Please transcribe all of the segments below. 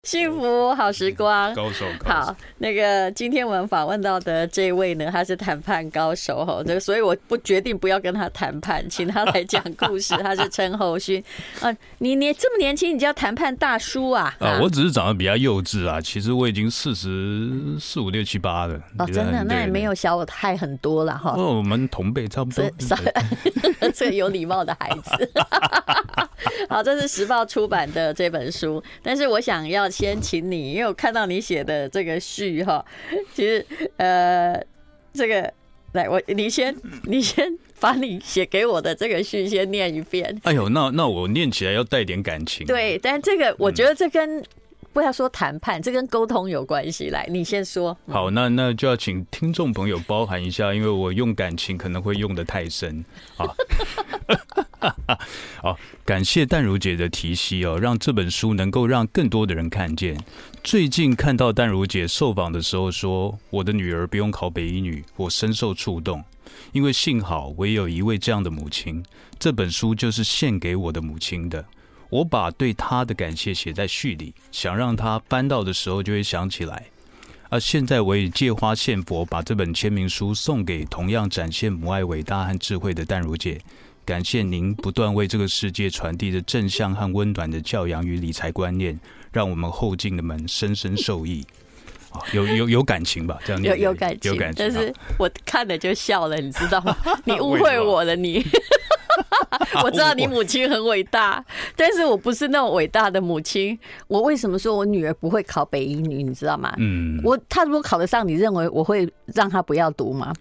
嗯幸福好时光。 高手，高手啊好，，那个今天我们访问到的这位呢，他是谈判高手 哈，这个所以我不决定不要跟他谈判，请他来讲故事。他是陈侯 勋，啊，你你这么年轻，你叫谈判大叔啊？啊，我只是长得比较幼稚啊，其实我已经四十四五六七八了。哦，真的，那也没有。有小我太很多了哈。哦，我们同辈差不多这。 这这个有礼貌的孩子。 好，这是时报出版的这本书，但是我想要先请你，因为我看到你写的这个序哈，其实呃，这个来我你先 你先把你写给我的这个序先念一遍。 哎呦，那那我念起来要带点感情。对，但这个我觉得这跟、不要说谈判，这跟沟通有关系。来，你先说。好，那那就要请听众朋友包含一下，因为我用感情可能会用的太深啊。 好，感谢淡如姐的提携哦，让这本书能够让更多的人看见。最近看到淡如姐受访的时候说，我的女儿不用考北一女，我深受触动，因为幸好我也有一位这样的母亲。这本书就是献给我的母亲的。我把对她的感谢写在序里，想让她翻到的时候就会想起来。而现在我也借花献佛，把这本签名书送给同样展现母爱、伟大和智慧的淡如姐。感谢您不断为这个世界传递着正向和温暖的教养与理财观念，让我们后进的们深深受益。啊，有有有感情吧？这样有念有感情，有感情。但是我看了就笑了，你知道 吗？你误为会什么我了， 你。我知道你母亲很伟大，但是我不是那种伟大的母亲。我为什么说我女儿不会考北英女？你知道吗？嗯我她如果考得上，你认为我会让她不要读吗？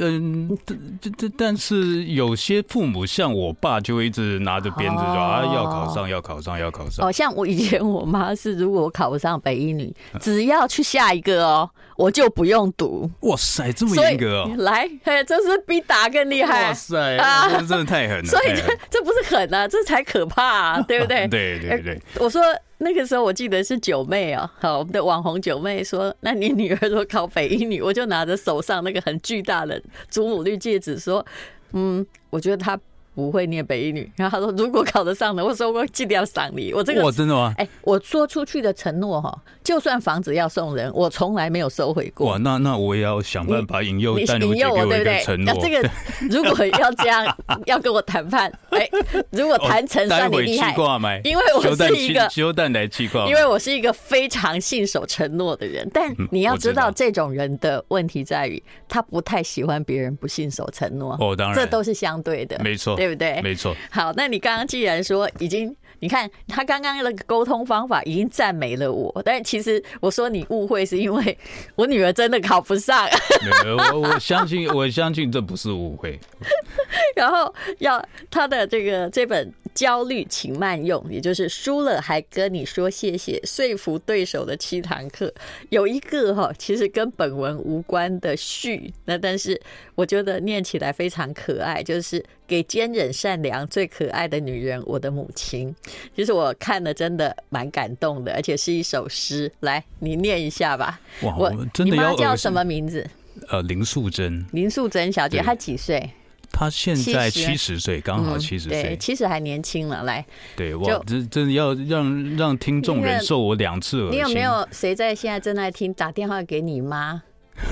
嗯，但但但但是有些父母像我爸就会一直拿着鞭子说、哦啊，要考上，要考上，要考上。哦，像我以前我妈是，如果我考不上北英女，嗯只要去下一个哦，我就不用读。哇塞，这么所以严格哦！来，嘿，这是比打更厉害哇。塞，啊这真的太狠了。所以太狠这这不是狠啊，这才可怕、啊，对不对？ 对对对，我说那个时候我记得是九妹啊，好，我们的网红九妹说，那你女儿说考北一女，我就拿着手上那个很巨大的祖母绿戒指说，嗯，我觉得她不会念北一女。然后她说如果考得上的，我说我尽量赏你。我这个哇，真的吗？哎、我说出去的承诺哈，就算房子要送人，我从来没有收回过哇，。那那我也要想办法引诱你淡如引姐诱给我我对一不对个承？那诺。这个如果要这样，要跟我谈判，哎、如果谈成哦待算你会厉气害，挂麦，因为我修蛋是一气个修蛋来气挂麦，因为我是一个非常信守承诺的人，但嗯你要我知知道，道这种人的问题在于，他不太喜欢别人不信守承诺。哦，当然这都是相对的，没错对不对？没错，好，那你刚刚既然说已经，你看他刚刚那个沟通方法已经赞美了我，但其实我说你误会是因为我女儿真的考不上，没有我我相信我相信这不是误会，然后要他的这个这本《焦虑请慢用》，也就是输了还跟你说谢谢，说服对手的七堂课，有一个哈、其实跟本文无关的序，那但是我觉得念起来非常可爱，就是给坚忍善良最可爱的女人，我的母亲。其实我看了真的蛮感动的，而且是一首诗，来你念一下吧。哇，我我真你的妈要叫恶什心。么名字？呃，林素贞，林素贞小姐，对她几岁？她现70在七十岁，刚好嗯七十对，岁，其实还年轻了。来，对，哇就，这真的要让让听众那个忍受我两次恶你心。有没有谁在现在正在听打电话给你妈？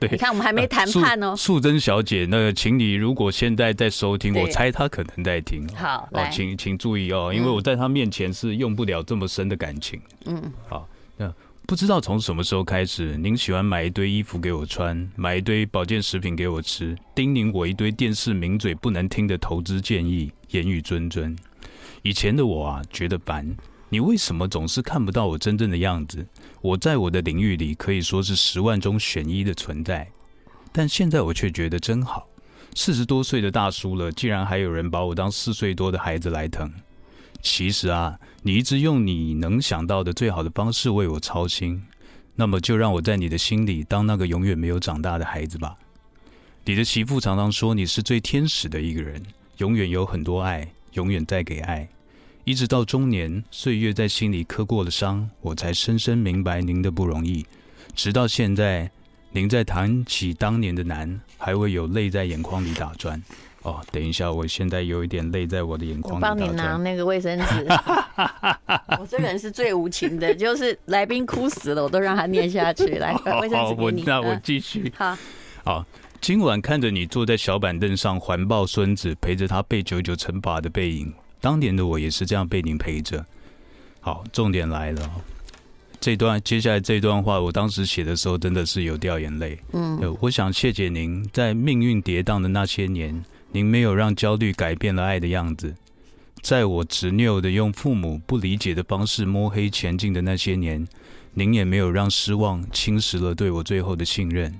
对啊你看我们还没谈判哦。素素贞小姐，那个请你如果现在在收听，对我猜她可能在听。好，哦来，，请请注意哦，因为我在她面前是用不了这么深的感情。嗯，好，那不知道从什么时候开始，您喜欢买一堆衣服给我穿，买一堆保健食品给我吃，叮咛我一堆电视名嘴不能听的投资建议，言语谆谆。以前的我啊，觉得烦，你为什么总是看不到我真正的样子？我在我的领域里可以说是十万中选一的存在，但现在我却觉得真好。四十多岁的大叔了，竟然还有人把我当四岁多的孩子来疼。其实啊，你一直用你能想到的最好的方式为我操心，那么就让我在你的心里当那个永远没有长大的孩子吧。你的媳妇常常说你是最天使的一个人，永远有很多爱，永远在给爱，一直到中年，岁月在心里刻过了伤，我才深深明白您的不容易。直到现在，您在谈起当年的难，还会有泪在眼眶里打转。哦，等一下，我现在有一点泪在我的眼我眶里帮你打拿转。那个卫生 纸。我这个人是最无情的，就是来宾哭死了，我都让他念下去。来， 好卫生好，纸给我你。那我嗯继续。好，好，今晚看着你坐在小板凳上环抱孙子，陪着他被九九惩罚的背影，当年的我也是这样被您陪着。好，重点来了哦，这段接下来这段话，我当时写的时候真的是有掉眼泪。嗯，呃，我想谢谢您，在命运跌宕的那些年，您没有让焦虑改变了爱的样子。在我执拗的用父母不理解的方式摸黑前进的那些年，您也没有让失望侵蚀了对我最后的信任。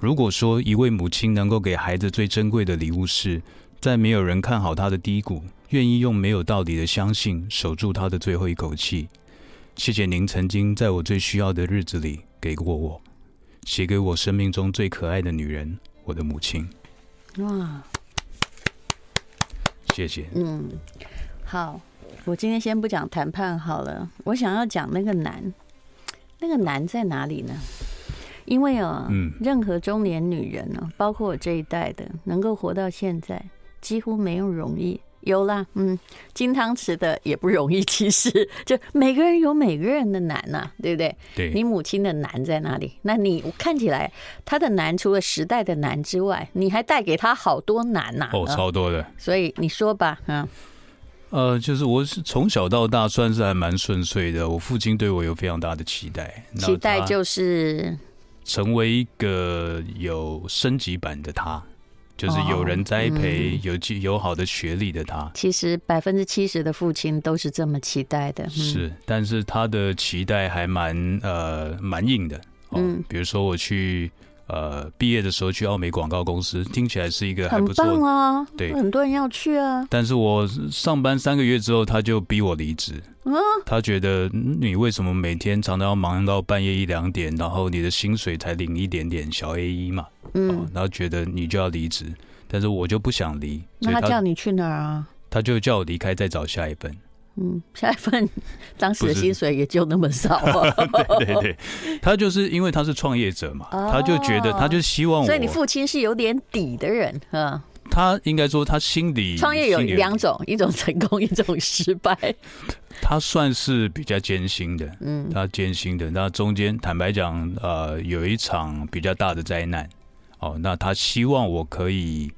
如果说一位母亲能够给孩子最珍贵的礼物是，在没有人看好她的低谷，愿意用没有道理的相信守住她的最后一口气，谢谢您曾经在我最需要的日子里给过我。写给我生命中最可爱的女人，我的母亲。哇，谢谢。嗯，好，我今天先不讲谈判好了，我想要讲那个难，那个难在哪里呢？因为哦，嗯任何中年女人呢、哦包括我这一代的，能够活到现在，几乎没有容易。有啦，嗯，金汤匙的也不容易，其实 就每个人有每个人的难呐、对不对？你对，母亲的难在哪里？那你看起来她的难，除了时代的难之外，你还带给她好多难呐、哦，嗯超多的。所以你说吧，嗯，呃，就是我是从小到大算是还蛮顺遂的。我父亲对我有非常大的期待，然后期待他就是成为一个有升级版的他，就是有人栽哦培、嗯有技有好的学历的他。其实百分之七十的父亲都是这么期待的，嗯、，是，但是他的期待还蛮呃蛮硬的。哦、嗯比如说我去呃毕业的时候去奥美广告公司，听起来是一个还很不错的棒啊，对哦很多人要去啊，但是我上班三个月之后，他就逼我离职。嗯他觉得嗯你为什么每天常常要忙到半夜一两点，然后你的薪水才领一点点小 A 一嘛、哦嗯，，然后觉得你就要离职，但是我就不想离，那所以他叫他你去哪儿啊？他就叫我离开，再找下一份。嗯，下一 份当时的不是薪水也就那么少啊， 对对对，他就是因为他是创业者嘛，哦他就觉得他就希望我，所以你父亲是有点底的人，嗯，他应该说他心里创业有心里两种，一种成功，一种失败，他算是比较艰辛的，嗯。他艰辛的。那中间坦白讲，呃，有一场比较大的灾难，哦，那他希望我可以，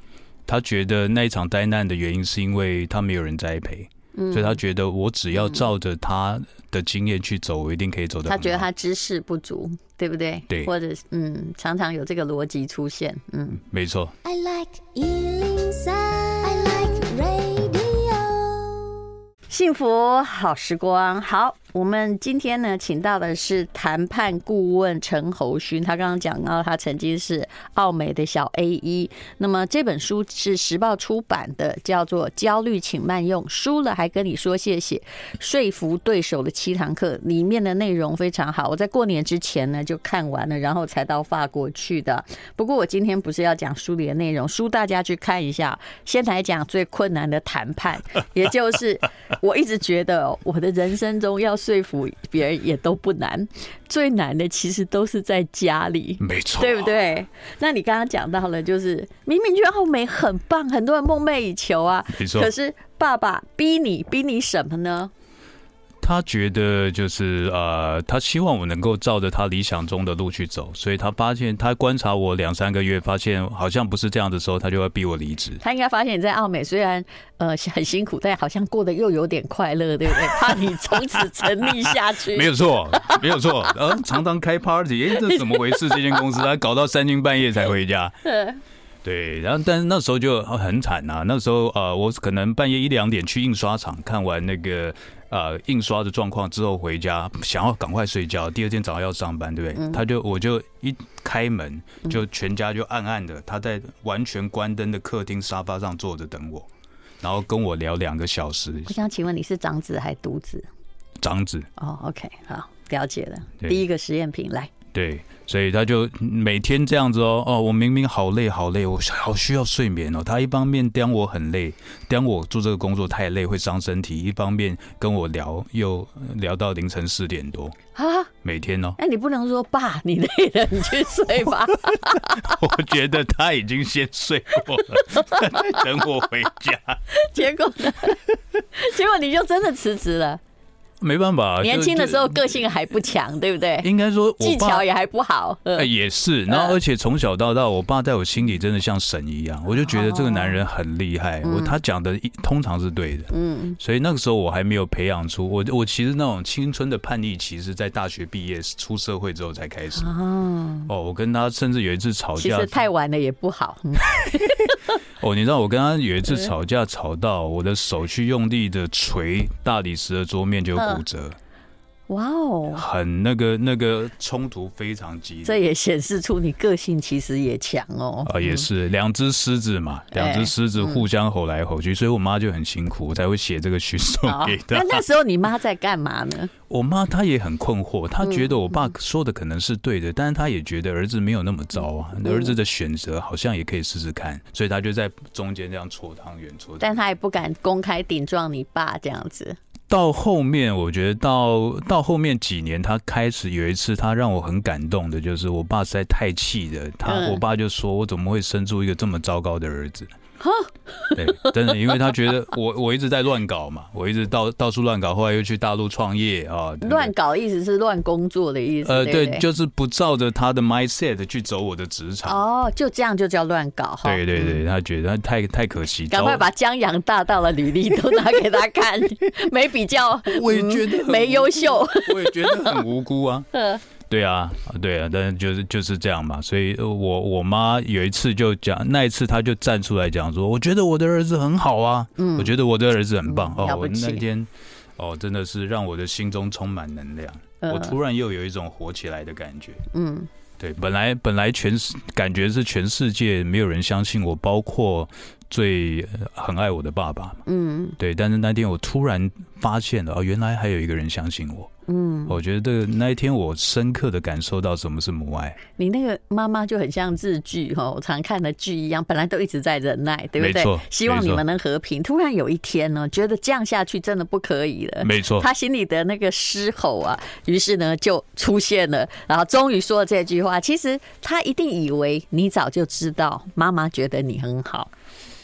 他觉得那一场灾难的原因是因为他没有人栽培，嗯所以他觉得我只要照着他的经验去走，我一定可以走得他很好。觉得他知识不足，对不对？对或者是嗯，常常有这个逻辑出现，嗯，没错， I like Ealing Sound. I like radio. 幸福好时光。好，我们今天呢，请到的是谈判顾问陈侯勋，他刚刚讲到他曾经是奥美的小 A 一，那么这本书是时报出版的，叫做《焦虑请慢用》，输了还跟你说谢谢，说服对手的七堂课，里面的内容非常好。我在过年之前呢就看完了，然后才到法国去的。不过我今天不是要讲书里的内容，书大家去看一下。先来讲最困难的谈判， 也就是我一直觉得哦我的人生中要说服别人也都不难，最难的其实都是在家里。没错， 对不？对？那你刚刚讲到了，就是明明觉得奥美很棒，很多人梦寐以求啊，没错可，是爸爸逼你，逼你什么呢？他觉得就是呃，他希望我能够照着他理想中的路去走，所以他发现他观察我两三个月，发现好像不是这样的时候，他就会逼我离职。他应该发现你在澳美虽然呃很辛苦，但好像过得又有点快乐，对不对？怕你从此沉溺下去。 没有错，没有错。呃，常常开 party，哎，这怎么回事？这间公司他搞到三更半夜才回家。对，然后但是那时候就很惨呐、那时候呃，我可能半夜一两点去印刷厂看完那个呃印刷的状况之后回家，想要赶快睡觉，第二天早上要上班，对不对？他就我就一开门，就全家就暗暗的，他在完全关灯的客厅沙发上坐着等我，然后跟我聊两个小时，我想请问你是长子还独子？长子。哦，OK，好，了解了。对第一个实验品来，对，所以他就每天这样子哦哦，我明明好累好累，我好需要睡眠哦。他一方面刁我很累，刁我做这个工作太累会伤身体，一方面跟我聊又呃聊到凌晨四点多。啊，，每天哦 哎，你不能说爸，你累了，你去睡吧。我觉得他已经先睡过了， 他在等我回家。 结果呢？结果你就真的辞职了。没办法，年轻的时候候个性还不强，对不对？应该说我技巧爸。也还不好。呃哎，也是，然后而且从小到大，我爸在我心里真的像神一样，我就觉得这个男哦人很厉害，我他讲的一通常是对的，嗯，所以那个时候我还没有培养出我我其实那种青春的叛逆，其实在大学毕业出社会之后才开始。哦，哦，我跟他甚至有一次吵其架实，太晚了也不好。嗯哦，你知道我跟他有一次吵架，吵到我的手去用力的捶大理石的桌面就骨嗯折，哇哦，很那个那个冲突非常激烈。这也显示出你个性其实也强哦。啊，也是两只狮子嘛，两哎只狮子互相吼来吼去，所以我妈就很辛苦，我才会写这个序送好给，她哦 那。那时候你妈在干嘛呢？我妈她也很困惑，她觉嗯得我爸说的可能是对的，但是她也觉得儿子没有那么糟嗯啊，儿子的选择好像也可以试试看，所以她就在中间这样搓汤圆搓汤圆。但她也不敢公开顶撞你爸这样子。到后面，我觉得到到后面几年，他开始有一次，他让我很感动的，就是我爸实在太气了，他、嗯我爸就说我怎么会生出一个这么糟糕的儿子？ 对，真的，因为他觉得我我一直在乱搞嘛，我一直到到处乱搞，后来又去大陆创业啊，对不对乱搞意思是乱工作的意思，呃，对对不，对就是不照着他的 mindset 去走我的职场。哦，就这样就叫乱搞哈。对对对，他觉得他太太可惜，赶快糟把江洋大盗的履历都拿给他 看，没比较，嗯我也觉得很 没优秀。我也觉得很无辜啊。对啊，对啊，但是就是就是这样嘛。所以呃我我妈有一次就讲，那一次她就站出来讲说，我觉得我的儿子很好啊，我觉得我的儿子很棒、嗯哦。了不我起那天哦，真的是让我的心中充满能量，嗯我突然又有一种火起来的感觉。嗯，对，本来本来全世感觉是全世界没有人相信我，包括最呃很爱我的爸爸嘛。嗯，对，但是那天我突然发现了，哦，原来还有一个人相信我。嗯，我觉得那一天我深刻的感受到什么是母爱，你那个妈妈就很像日剧哈，我常看的剧一样，本来都一直在忍耐，对不没对错？希望你们能和平。突然有一天呢，觉得这样下去真的不可以了。没错，呃他心里的那个狮吼啊，于是呢就出现了，然后终于说了这句话。其实他一定以为你早就知道，妈妈觉得你很好，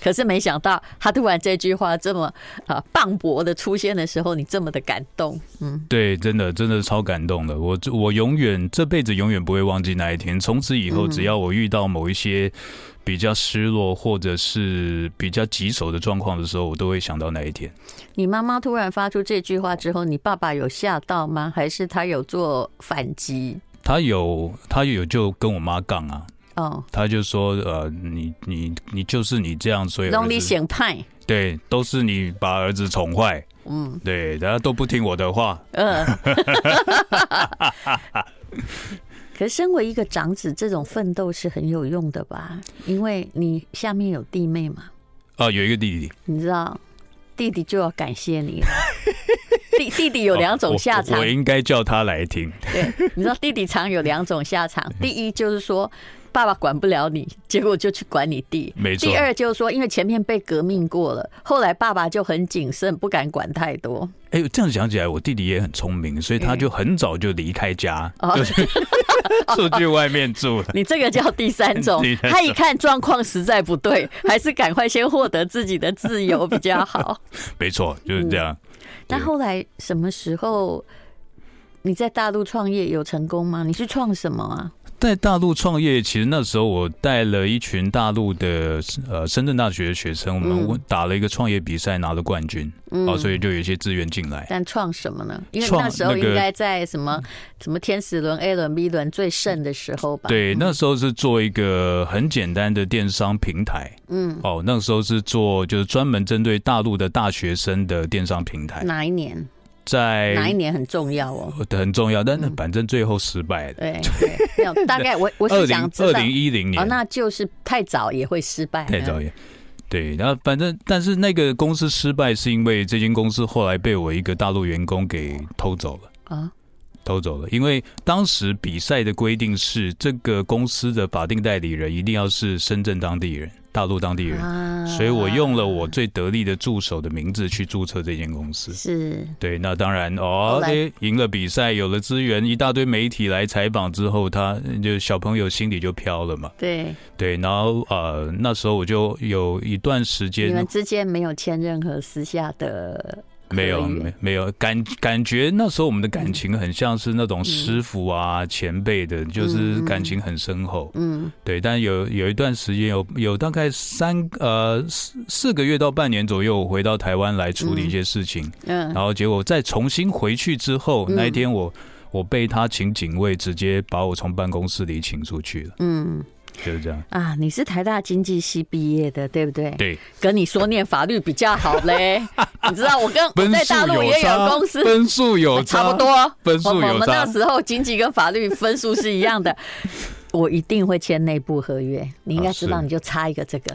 可是没想到他突然这句话这么啊磅礴的出现的时候，你这么的感动。对，真的真的超感动的。我我永远这辈子永远不会忘记那一天。从此以后，嗯只要我遇到某一些比较失落或者是比较棘手的状况的时候，我都会想到那一天。你妈妈突然发出这句话之后，你爸爸有吓到吗？还是他有做反击？他有他有就跟我妈杠啊，哦，他就说呃，你你你就是你这样，所以让儿你子显派。对，都是你把儿子宠坏。嗯对，大家都不听我的话， 嗯。可是身为一个长子，这种奋斗是很有用的吧？因为你下面有弟妹嘛，啊，有一个弟弟，你知道，弟弟就要感谢你了。弟弟弟有两种下场哦我我，应该叫他来听。对，你知道弟弟常有两种下 场，第一就是说。爸爸管不了你，结果就去管你弟。没错第二就是说，因为前面被革命过了，后来爸爸就很谨慎，不敢管太多。哎，这样想起来，我弟弟也很聪明，所以他就很早就离开家，嗯哦 就是出去外面住了。你这个叫第三种 第。三种他一看状况实在不对，还是赶快先获得自己的自由比较好。没错，就是这样。那 对后来什么时候你在大陆创业有成功吗？你去创什么啊？在大陆创业，其实那时候我带了一群大陆的呃深圳大学的学生，我嗯们打了一个创业比赛，拿了冠军，哦，所以就有一些资源进来。但创什么呢？因为创那时候那个嗯应该在什么什么天使轮、A 轮、B 轮最盛的时候吧？对，那时候是做一个很简单的电商平台，嗯，哦，那时候是做就是专门针对大陆的大学生的电商平台，哪一年？嗯在哪一年很重要 哦。呃很重要，但是反正最后失败了。对，对，要大概我我二是零想知二道，零一零哦，年，那嗯就是太早也会失败。太早也。对，然后反正，但是那个公司失败是因为这间公司后来被我一个大陆员工给偷走了。啊，偷走了，因为当时比赛的规定是，这个公司的法定代理人一定要是深圳当地人，大陆当地人，啊所以我用了我最得力的助手的名字去注册这间公司。是对，那当然后哦，来诶赢了比赛，有了资源，一大堆媒体来采访之后，他就小朋友心里就飘了嘛。对，对，然后呃，那时候我就有一段时你们间之间没有签任何私下的没有合约没没有感感觉，那时候我们的感情很像是那种师傅啊、前辈的，就是嗯嗯感情很深厚。嗯对，但有有一段时间，有有大概三呃四四个月到半年左右，我回到台湾来处理一些事情，嗯然后结果再重新回去之后，嗯那一天我我被他请警卫直接把我从办公室里请出去了，嗯就是这样。啊，你是台大经济系毕业的，对不对？对，跟你说念法律比较好 嘞，你知道我跟我在大陆也有公司，分数有 差，差不多。分数我我有们那差。时候经济跟法律分数是一样的， 我一定会签内部合约。你应该知啊道，是你就差一个这个。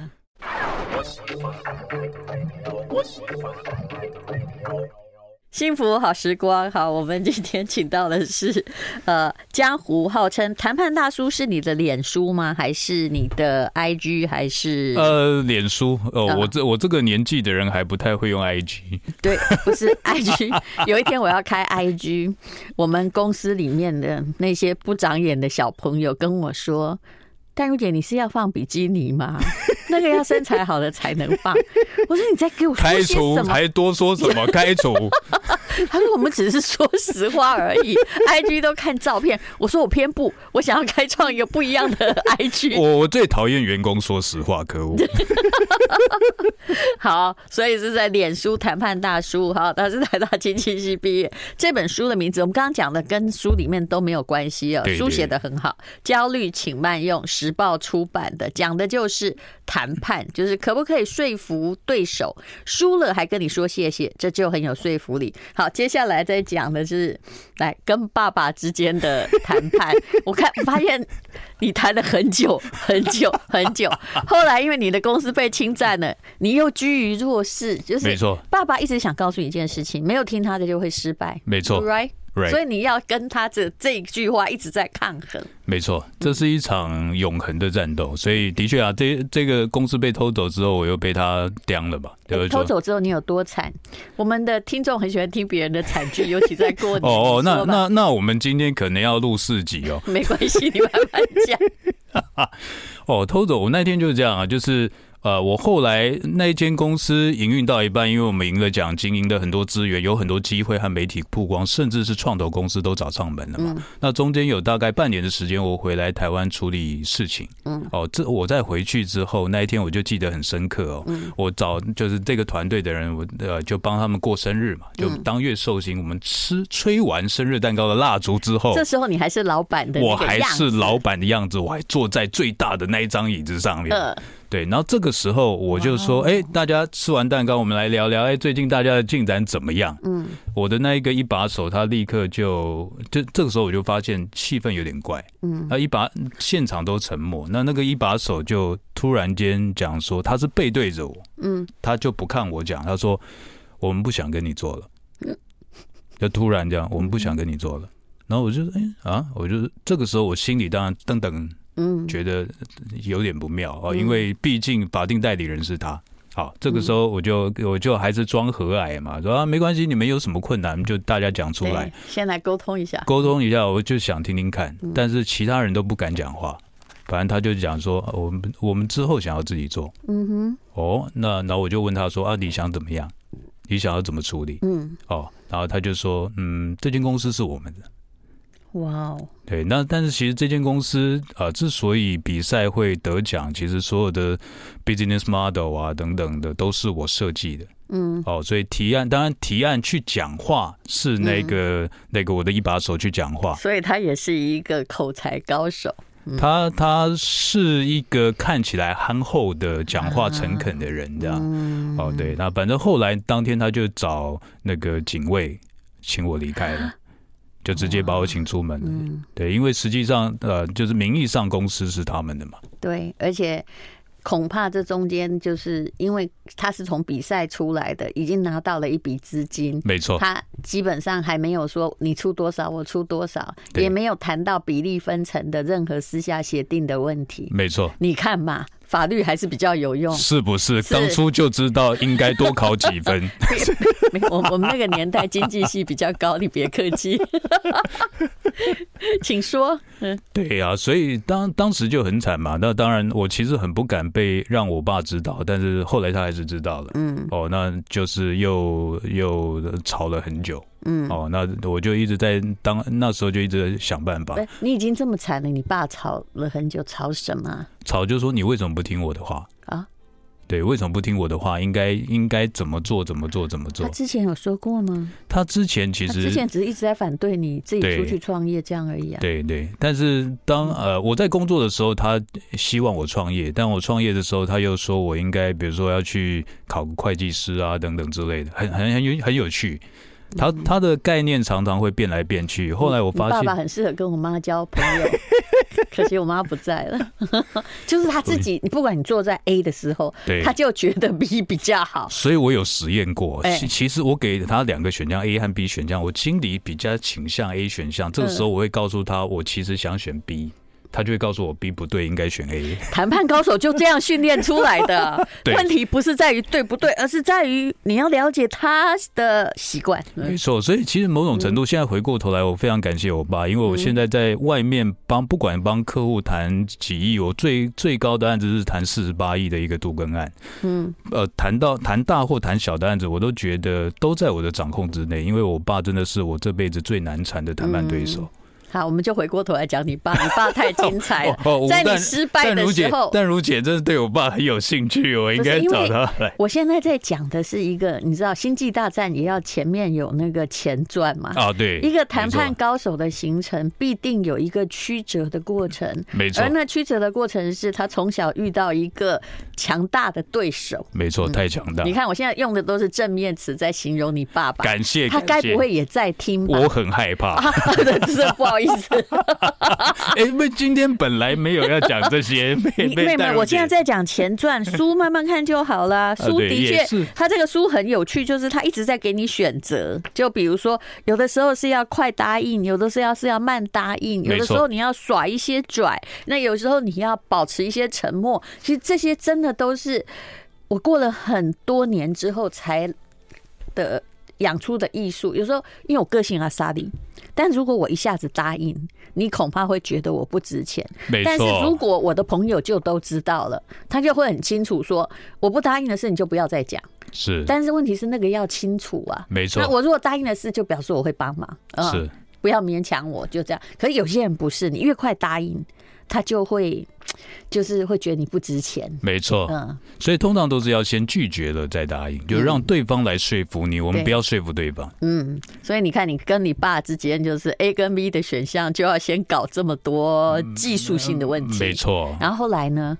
幸福好时光，好，我们今天请到的是， 呃，江湖号称谈判大叔，是你的脸书吗？还是你的 IG？还是呃，脸书，哦，嗯我这我这个年纪的人还不太会 用 IG，对，不是 IG。有一天我要开 IG，我们公司里面的那些不长眼的小朋友跟我说：“淡如姐，你是要放比基尼 吗？那个要身材好的才能放。”我说：“你在给我说开些除什么还多说什 么？开除。？”他说：“我们只是说实话而已 ，IG 都看照片。”我说：“我偏不，我想要开创一个不一样的 IG。”我我最讨厌员工说实话，可恶。 好，所以是在脸书谈判大叔，好，他是台大经济系毕业。这本书的名字，我们刚刚讲的跟书里面都没有关系哦，对对书写的很好。焦虑请慢用，时报出版的，讲的就是谈判，就是可不可以说服对手，输了还跟你说谢谢，这就很有说服力。好，接下来再讲的是来跟爸爸之间的谈判。 我看我发现你谈了很久很久很 久，后来因为你的公司被侵占了，你又居于弱势，就是没错。爸爸一直想告诉你一件事情，没有听他的就会失败，没错，right？哦 Right 所以你要跟他这这一句话一直在抗衡，没错，这是一场永恒的战斗，所以的确啊，这这个公司被偷走之后，我又被他刁了吧？对不偷对？走之后你有多惨？我们的听众很喜欢听别人的惨剧，尤其在过年。哦哦，你那说吧那那我们今天可能要录四集哦。没关系，你慢慢 讲。哦，偷走，我那天就是这样啊，就是呃，我后来那一间公司营运到一半，因为我们赢了奖金，赢了很多资源，有很多机会和媒体曝光，甚至是创投公司都找上门了嘛。嗯那中间有大概半年的时间，我回来台湾处理事情。嗯，哦，这我在回去之后那一天我就记得很深刻哦。嗯我找就是这个团队的人，我呃就帮他们过生日嘛，嗯就当月寿星，我们吃吹完生日蛋糕的蜡烛之后，这时候你还是老板的那个哦我样子，还是老板的样子，我还坐在最大的那一张椅子上面。呃，哦对，然后这个时候我就说，哎、大家吃完蛋糕，我们来聊聊，哎、最近大家的进展怎么样？嗯，我的那一个一把手，他立刻就，就这个时候我就发现气氛有点怪，嗯，他一把现场都沉默，那那个一把手就突然间讲说，他是背对着我，嗯，他就不看我讲，他说我们不想跟你做了，就突然这样，我们不想跟你做了。然后我就哎、啊，我就这个时候我心里当然噔噔嗯，觉得有点不妙哦，嗯因为毕竟法定代理人是他。好，这个时候我就我就还是装和蔼嘛，说啊没关系，你们有什么困难就大家讲出对，来，先来沟通一下。沟通一下，我就想听听看。嗯但是其他人都不敢讲话，反正他就讲说啊我们我们之后想要自己做。嗯哼，哦，那然后我就问他说啊你想怎么样？你想要怎么处理？嗯，哦，然后他就说嗯这间公司是我们的。哇哦，对，那但是其实这间公司啊、呃之所以比赛会得奖，其实所有的 business model 啊等等的都是我设计的嗯哦，所以提案当然提案去讲话是那个、嗯那个我的一把手去讲话，所以他也是一个口才高手。他他是一个看起来憨厚的、讲话诚恳的人这样、嗯，哦，对，那反正后来当天他就找那个警卫请我离开了，就直接把我请出门了。啊嗯，对，因为实际上，呃，就是名义上公司是他们的嘛，对，而且恐怕这中间就是因为他是从比赛出来的，已经拿到了一笔资金，没错，他基本上还没有说你出多少我出多少，对也没有谈到比例分成的任何私下协定的问题。没错，你看嘛，法律还是啊比较有用。是不是？哦是当初就知道应该多考几分，没有我我们那个年代经济系比较高，你别客 气，请说。对呀、所以当当时就很惨嘛。那当然，我其实很不敢被让我爸知道，但是后来他还是知道了。嗯哦，那就是又又吵了很久。嗯，哦，那我就一直在当那时候就一直想办法不是，哎你已经这么惨了，你爸吵了很久，吵什么啊吵，就说你为什么不听我的话？啊？对，为什么不听我的话？应该应该怎么做？怎么做？怎么他做？之前有说过吗？他之前其他实之前只是一直在反对你自己对出去创业这样而已啊。对对，但是当呃我在工作的时候，他希望我创业，但我创业的时候，他又说我应该比如说要去考个会计师啊等等之类的，很很很有很有趣。他他的概念常常会变来变去，后来我嗯你发爸爸现很适合跟我妈交朋 友，可惜我妈不在了。 就是他自己，不管你坐在 A 的时候，对他就觉得 B 比较好。所以我有实验过。哎其其实我给他两个选项 A 和 B 选项，我心里比较倾向 A 选项。这个嗯时候我会告诉他，我其实想选 B，他就会告诉我 B 不对，应该选 A。谈判高手就这样训练出来的。 对问题不是在于对不对，而是在于你要了解他的习惯。没错，所以其实某种程度，现在回过头来，我非常感谢我爸，因为嗯我现在在外面帮，不管帮客户谈几亿，我最最高的案子是谈四十八亿的一个杜根案，嗯，呃，谈到谈大或谈小的案子，我都觉得都在我的掌控之内，因为我爸真的是我这辈子最难缠的谈判对手。好，我们就回过头来讲你爸，你爸太精彩了。 哦，哎在你但失败但的如时姐候，但如姐真的对我爸很有兴趣，我应不该是因找为他来我现在在讲的是一个，你知道《星际大战》也要前面有那个前传嘛？ 啊，对，一个谈判没错高手的形成必定有一个曲折的过程，没错而那曲折的过程是他从小遇到一个强大的对手。没错，太强嗯大，你看，我现在用的都是正面词在形容你爸爸，啊感谢，他感该谢不会也在听 吧？我很 害怕。真的不好意思， 哎、因为今天本来没有要讲这 些，被你妹被妹带，入我现在进在讲前 传，书慢慢看就好啦。书对的也确是，它这个书很有趣，就是它一直在给你选择。就比如说，有的时候是要快答应，有的时候是要慢答应，有没的时错候你要耍一些拽，那有时候你要保持一些沉默。其实这些真的都是我过了很多年之后才的呃养出的艺术。有时候因为我个性阿萨里，但如果我一下子答应，你恐怕会觉得我不值钱。没但是如错，果我的朋友就都知道了，他就会很清楚说，我不答应的事你就不要再讲。是但是问题是那个要清楚啊。没错那，我如果答应的事，就表示我会帮忙，嗯，是不要勉强我，就这样。可是有些人不是，你越快答应，他就会就是会觉得你不值钱，没错。嗯，所以通常都是要先拒绝了再答应，就让对方来说服你，我们对不要说服对方。嗯，所以你看，你跟你爸之间就是 A 跟 B 的选项，就要先搞这么多技术性的问题，嗯没。错。然后后来呢？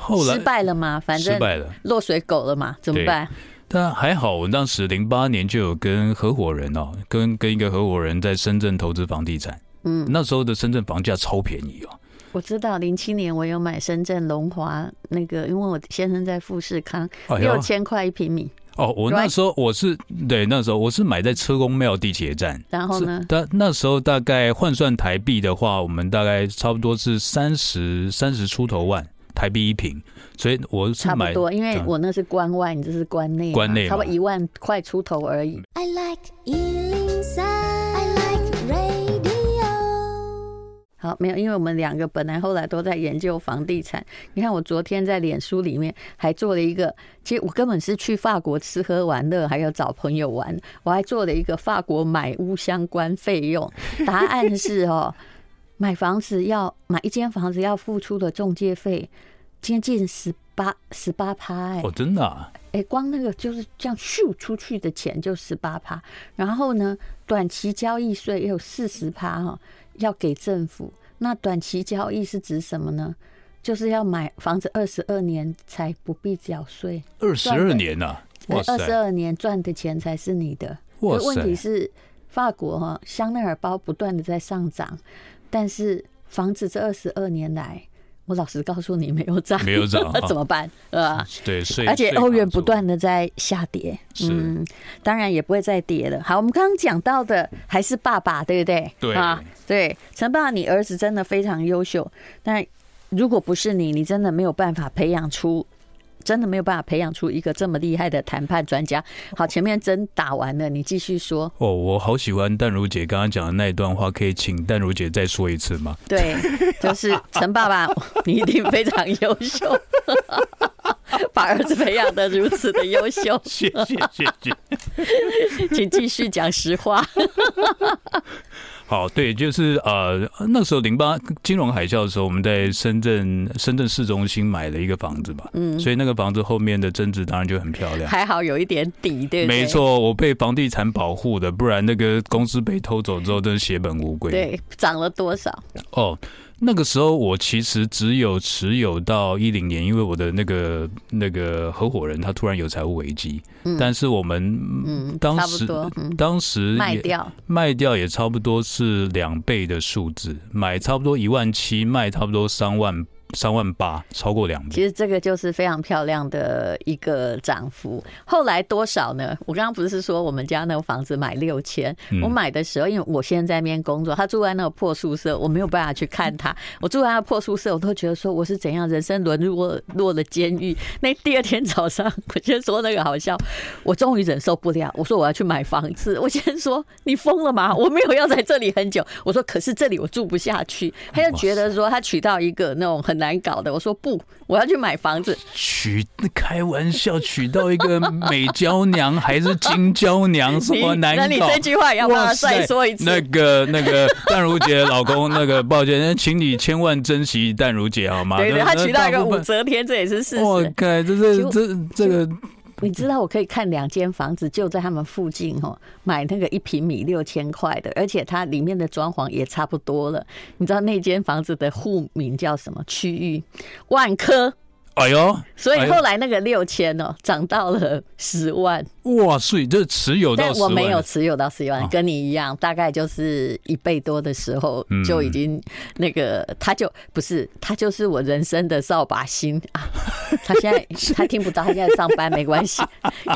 后来失败了吗？反失正败了，落水狗了嘛，怎么对办？但还好，我当时零八年就有跟合伙人哦，跟跟一个合伙人在深圳投资房地产。嗯，那时候的深圳房价超便宜哦。我知道，零七年我有买深圳龙华那个，因为我先生在富士康，哎呦六千块一平米。哦，我那时候我是对那时候我是买在车公庙地铁站，然后呢是？但那时候大概换算台币的话，我们大概差不多是三十三十出头万台币一平，所以我是差不买多，因为我那是关外，你这是关内嘛，关内嘛差不多一万块出头而已。 I like Ealing Sound. I like radio. 好，没有，因为我们两个本来后来都在研究房地产。你看，我昨天在脸书里面还做了一个，其实我根本是去法国吃喝玩乐，还有找朋友玩，我还做了一个法国买屋相关费用。答案是哦，买房子要买一间房子要付出的中介费，接近十八十八趴，哎、哦，真的、啊、哎，光那个就是这样咻出去的钱就十八趴，然后呢，短期交易税也有四十趴哈，要给政府。那短期交易是指什么呢？就是要买房子二十二年才不必缴税，二十二年呐、啊，哇二十塞，二年赚的钱才是你的。哇可问题塞，是，法国哈香奈儿包不断的在上涨，但是房子这二十二年来我老实告诉你，没有涨，没有涨 啊那怎么办？呃，对，所以而且欧元不断嗯的在下跌，是，当然也不会再跌了。好，我们刚刚讲到的还是爸爸，对不对？对啊，对，陈爸，你儿子真的非常优秀，但如果不是你，你真的没有办法培养出。真的没有办法培养出一个这么厉害的谈判专家。好，前面针打完了，你继续说。哦，我好喜欢淡如姐刚刚讲的那一段话，可以请淡如姐再说一次吗？对，就是陈爸爸，你一定非常优秀， 把儿子培养的如此的优秀，谢谢谢谢。请继续讲实话。好，对，就是呃，那时候零八金融海啸的时候，我们在深圳深圳市中心买了一个房子吧，嗯，所以那个房子后面的增值当然就很漂亮。还好有一点底，对不对？没，错，我被房地产保护的，不然那个公司被偷走之后，真是血本无归。对，涨了多少？哦，那个时候我其实只有持有到一零年，因为我的那个那个合伙人他突然有财务危机，但是我们嗯，当差不时、多，嗯，当时卖也掉，卖掉也差不多是两倍的数字，买差不多一万七，卖差不多三万三万八，超过两其倍。实这个就是非常漂亮的一个涨幅。后来多少呢？我刚刚不是说我们家那个房子买六千、嗯我买的时候，因为我先在那边工作，他住在那个破宿舍，我没有办法去看他。我住在那破宿舍，我都觉得说我是怎样人生沦落落了监狱。那第二天早上，我先说那个好笑，我终于忍受不了，我说我要去买房子。我先说你疯了吗？我没有要在这里很久。我说可是这里我住不下去。他就觉得说他娶到一个那种很难搞的，我说不，我要去买房子。娶开玩笑，娶到一个美娇娘还是金娇娘，什你么难搞？那你这句话也要不要哇塞再说一次？那个那个淡如姐的老公，那个抱歉，请你千万珍惜淡如姐好吗？对对，那他娶到一大个武部分则天，这也是事我实。靠，这是就这这个你知道我可以看两间房子，就在他们附近哦，买那个一平米六千块的，而且它里面的装潢也差不多了。你知道那间房子的户名叫什么区域？万科。哎呦，所以哎呦后来那个六千哦，涨到了十万，哇塞，这持有但到十我万了，啊没有持有到十万，跟你一样，大概就是一倍多的时候嗯就已经那个，他就不是他就是我人生的扫把星啊！他现 在他听不到，他现在上班没关系，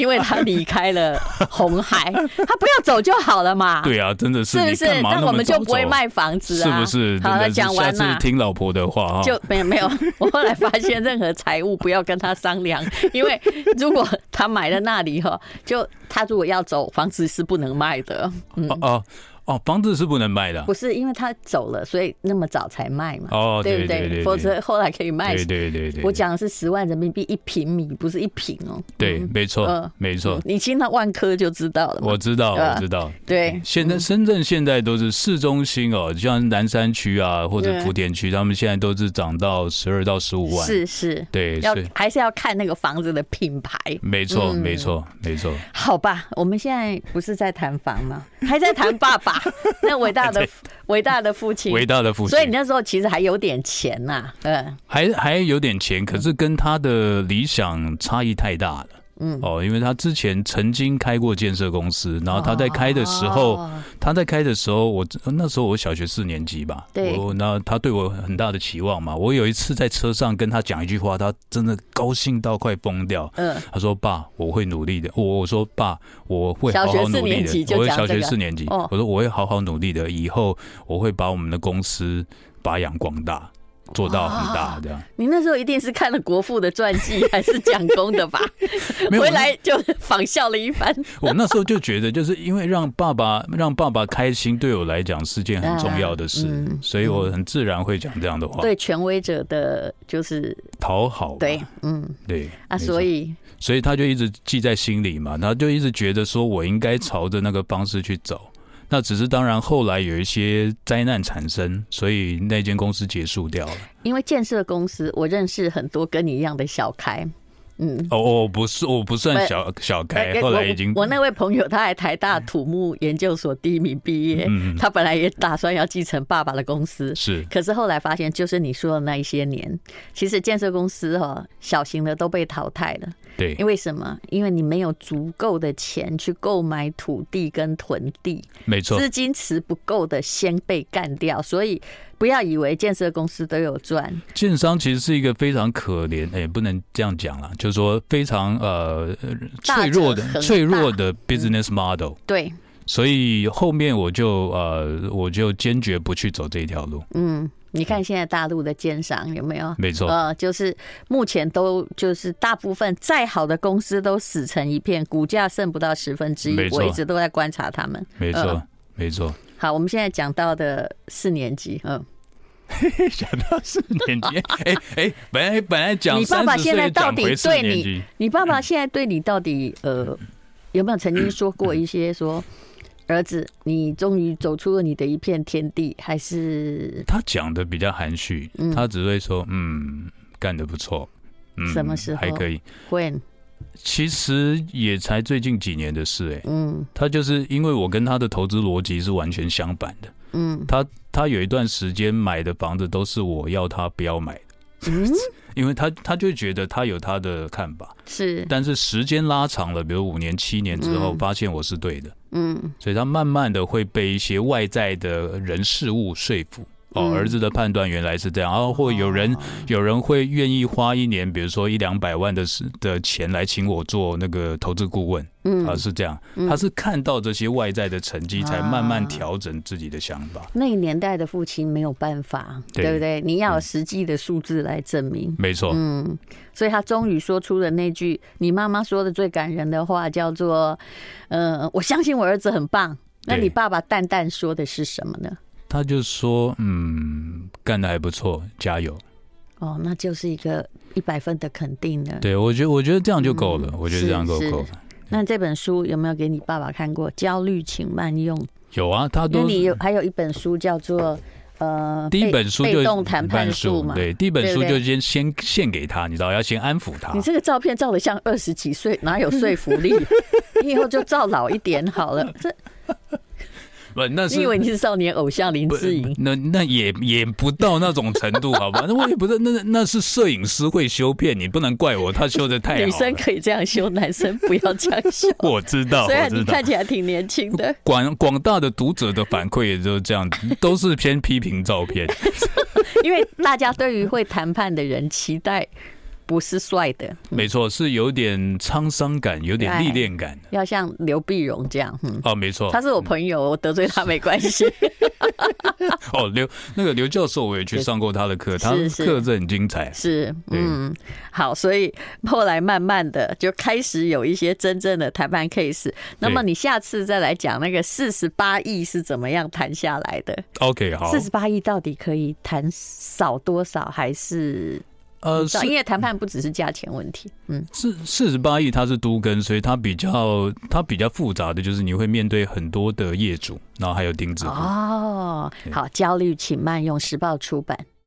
因为他离开了红海，他不要走就好了嘛。对啊，真的是是不你是干？嘛那那我们就早不会走卖房子啊？是不是？好真了，的是讲完下啦次。听老婆的话啊。就没有没 有，我后来发现任何财务不要跟他商量， 因为如果他买了那里哈，就他如果要走，房子是不能卖的，哦哦哦，房子是不能卖的啊嗯不。是因为他走了，所以那么早才卖嘛，哦，对对不对对，否则后来可以卖。对对对对，我讲的是十万人民币一平米，不是一平哦。对，没嗯错没错，你听到万科就知道了嘛。哦我知道呃我知道。对嗯现在深圳现在都是市中心哦，就像南山区啊或者对福田区，他们现在都是涨到十二到十五万。是是，对，要嗯是还是要看那个房子的品牌。没错没错没错。好吧，我们现在不是在谈房吗？还在谈爸爸， 那伟大的伟大的父亲，伟大的啊父亲所以你，那时候其实还有点钱呐、嗯，还还有点钱，可是跟他的理想差异太大了。嗯哦，因为他之前曾经开过建设公司，然后他在开的时候，哦他在开的时候，我那时候我小学四年级吧，对我那他对我很大的期望嘛。我有一次在车上跟他讲一句话，他真的高兴到快疯掉。嗯，他说：“爸，我会努力的。”我我说：“爸，我会小好学好四努力年级的。”就我会讲小这学个四年级，哦我说我会好好努力的，以后我会把我们的公司发扬光大，做到很大这样。你那时候一定是看了国父的传记还是蒋公的吧？ 没有回来就仿效了一番。我那时候就觉得，就是因为让爸爸让爸爸开心，对我来讲是件很重要的事，啊嗯所以我很自然会讲这样的话，对权威者的，就是讨好嘛，对，嗯对啊，没错所以所以他就一直记在心里嘛，他就一直觉得说我应该朝着那个方式去走。那只是当然，后来有一些灾难产生，所以那间公司结束掉了。因为建设公司，我认识很多跟你一样的小开，嗯，哦，我不是，我不算不小小哎开，后来已经我我那位朋友，他还台大土木研究所第一名毕嗯业，他本来也打算要继承爸爸的公司，是可是后来发现，就是你说的那一些年，其实建设公司哈、哦，小型的都被淘汰了。对因，为什么？因为你没有足够的钱去购买土地跟囤地，没错，资金池不够的先被干掉，所以不要以为建设公司都有赚，建商其实是一个非常可怜，也、不能这样讲啦，就是说非常呃大脆弱者的恒脆弱大嗯的 business model，、对，所以后面我就呃我就坚决不去走这一条路，嗯，你看现在大陆的奸商有没有？没错，呃，就是目前都就是大部分再好的公司都死成一片，股价剩不到十分之一没。错我一直都在观察他们。没错，呃没错。好，我们现在讲到的四年级，嗯，想到四年级，哎哎，本来本来讲你爸爸30岁现在到讲底回四对年你级你爸爸现在对你到底呃有没有曾经说过一些说，呃儿子，你终于走出了你的一片天地，还是他讲的比较含蓄，嗯他只会说嗯干得不错，嗯什么时候还可以， when？其实也才最近几年的事哎、嗯他就是因为我跟他的投资逻辑是完全相反的。嗯他有一段时间买的房子都是我要他不要买的，嗯， 因为他他就觉得他有他的看法，是但是时间拉长了，比如五年、七年之后，嗯发现我是对的，嗯所以他慢慢的会被一些外在的人事物说服。哦，嗯哦儿子的判断原来是这样，然后或有人有人会愿意花一年，比如说一两百万的时的钱来请我做那个投资顾问，嗯啊，是这样，嗯他是看到这些外在的成绩，才啊慢慢调整自己的想法。那个年代的父亲没有办法，对对不对？你要有实际的数字来证明。没错，嗯，所以他终于说出了那句你妈妈说的最感人的话，叫做“呃，我相信我儿子很棒”。那对你爸爸淡淡说的是什么呢？他就说，嗯，干得还不错，加油。哦，那就是一个一百分的肯定了。对我觉得，我觉得这样就够了，嗯我觉得这样够是够了。那这本书有没有给你爸爸看过？焦虑请慢用。有啊，他因为都你有还有一本书叫做呃，第一被本书就被动谈判术嘛。对，第一本对不书就对先先献给他，你知道，要先安抚他你。这个照片照的像二十几岁，哪有说服 力？你以后就照老一点好了。这不，那是你以为你是少年偶像林不志颖？那那也也不到那种程度，好吧？那我也不是，那那是摄影师会修片，你不能怪我，他修的太好了。。女生可以这样修，男生不要这样修 我知道，虽哦我然知你道看。起来挺年轻 的，广广大的读者的反馈也就是这样，都是偏批评 照片。因为大家对于会谈判的人期待不是帅的，没错，是有点沧桑感，有点历练感的。要像刘碧荣这样。嗯，哦，没嗯错，他是我朋友，我得罪他没关系。哦刘那个刘教授，我也去上过他的课，他的是课真的很精 彩。是，嗯，好，所以后来慢慢的就开始有一些真正的谈判 case。那么你下次再来讲那个四十八亿是怎么样谈下来的？ OK，好四，十八亿到底可以谈少多少，还是呃，少四因为谈判不只是价钱问题，嗯，四四十八亿，它是都跟，所以它比较它比较复杂的就是你会面对很多的业主，然后还有钉子户。哦哦，好，焦虑请慢用，时报出版。